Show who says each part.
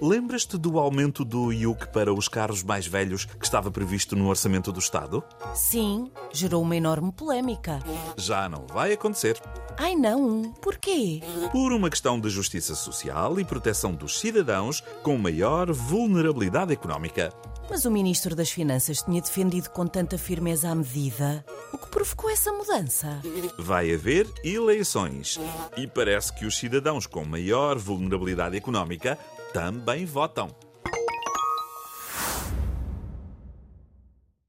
Speaker 1: Lembras-te do aumento do IUC para os carros mais velhos que estava previsto no orçamento do Estado?
Speaker 2: Sim, gerou uma enorme polémica.
Speaker 1: Já não vai acontecer.
Speaker 2: Ai não, porquê?
Speaker 1: Por uma questão de justiça social e proteção dos cidadãos com maior vulnerabilidade económica.
Speaker 2: Mas o Ministro das Finanças tinha defendido com tanta firmeza a medida. O que provocou essa mudança?
Speaker 1: Vai haver eleições. E parece que os cidadãos com maior vulnerabilidade económica também votam.